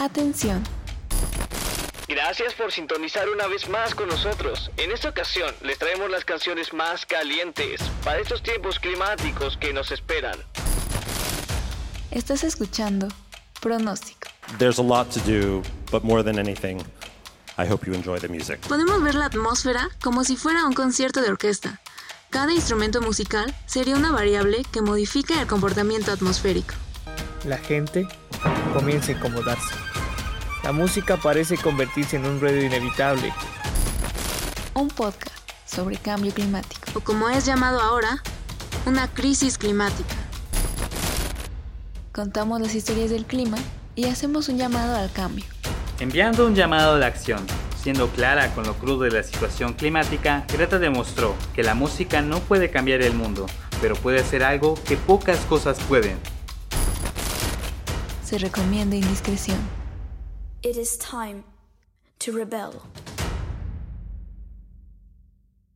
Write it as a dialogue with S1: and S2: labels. S1: atención.
S2: Gracias por sintonizar una vez más con nosotros. En esta ocasión les traemos las canciones más calientes para estos tiempos climáticos que nos esperan.
S1: Estás escuchando Pronóstico.
S3: There's a lot to do, but more than anything, I hope you enjoy the music.
S4: Podemos ver la atmósfera como si fuera un concierto de orquesta. Cada instrumento musical sería una variable que modifica el comportamiento atmosférico.
S5: La gente comienza a incomodarse. La música parece convertirse en un ruido inevitable.
S1: Un podcast sobre cambio climático.
S4: o como es llamado ahora, una crisis climática.
S1: Contamos las historias del clima y hacemos un llamado al cambio.
S6: Enviando un llamado a la acción, siendo clara con lo crudo de la situación climática, Greta demostró que la música no puede cambiar el mundo, pero puede hacer algo que pocas cosas pueden.
S1: Se recomienda indiscreción.
S7: It is time to rebel.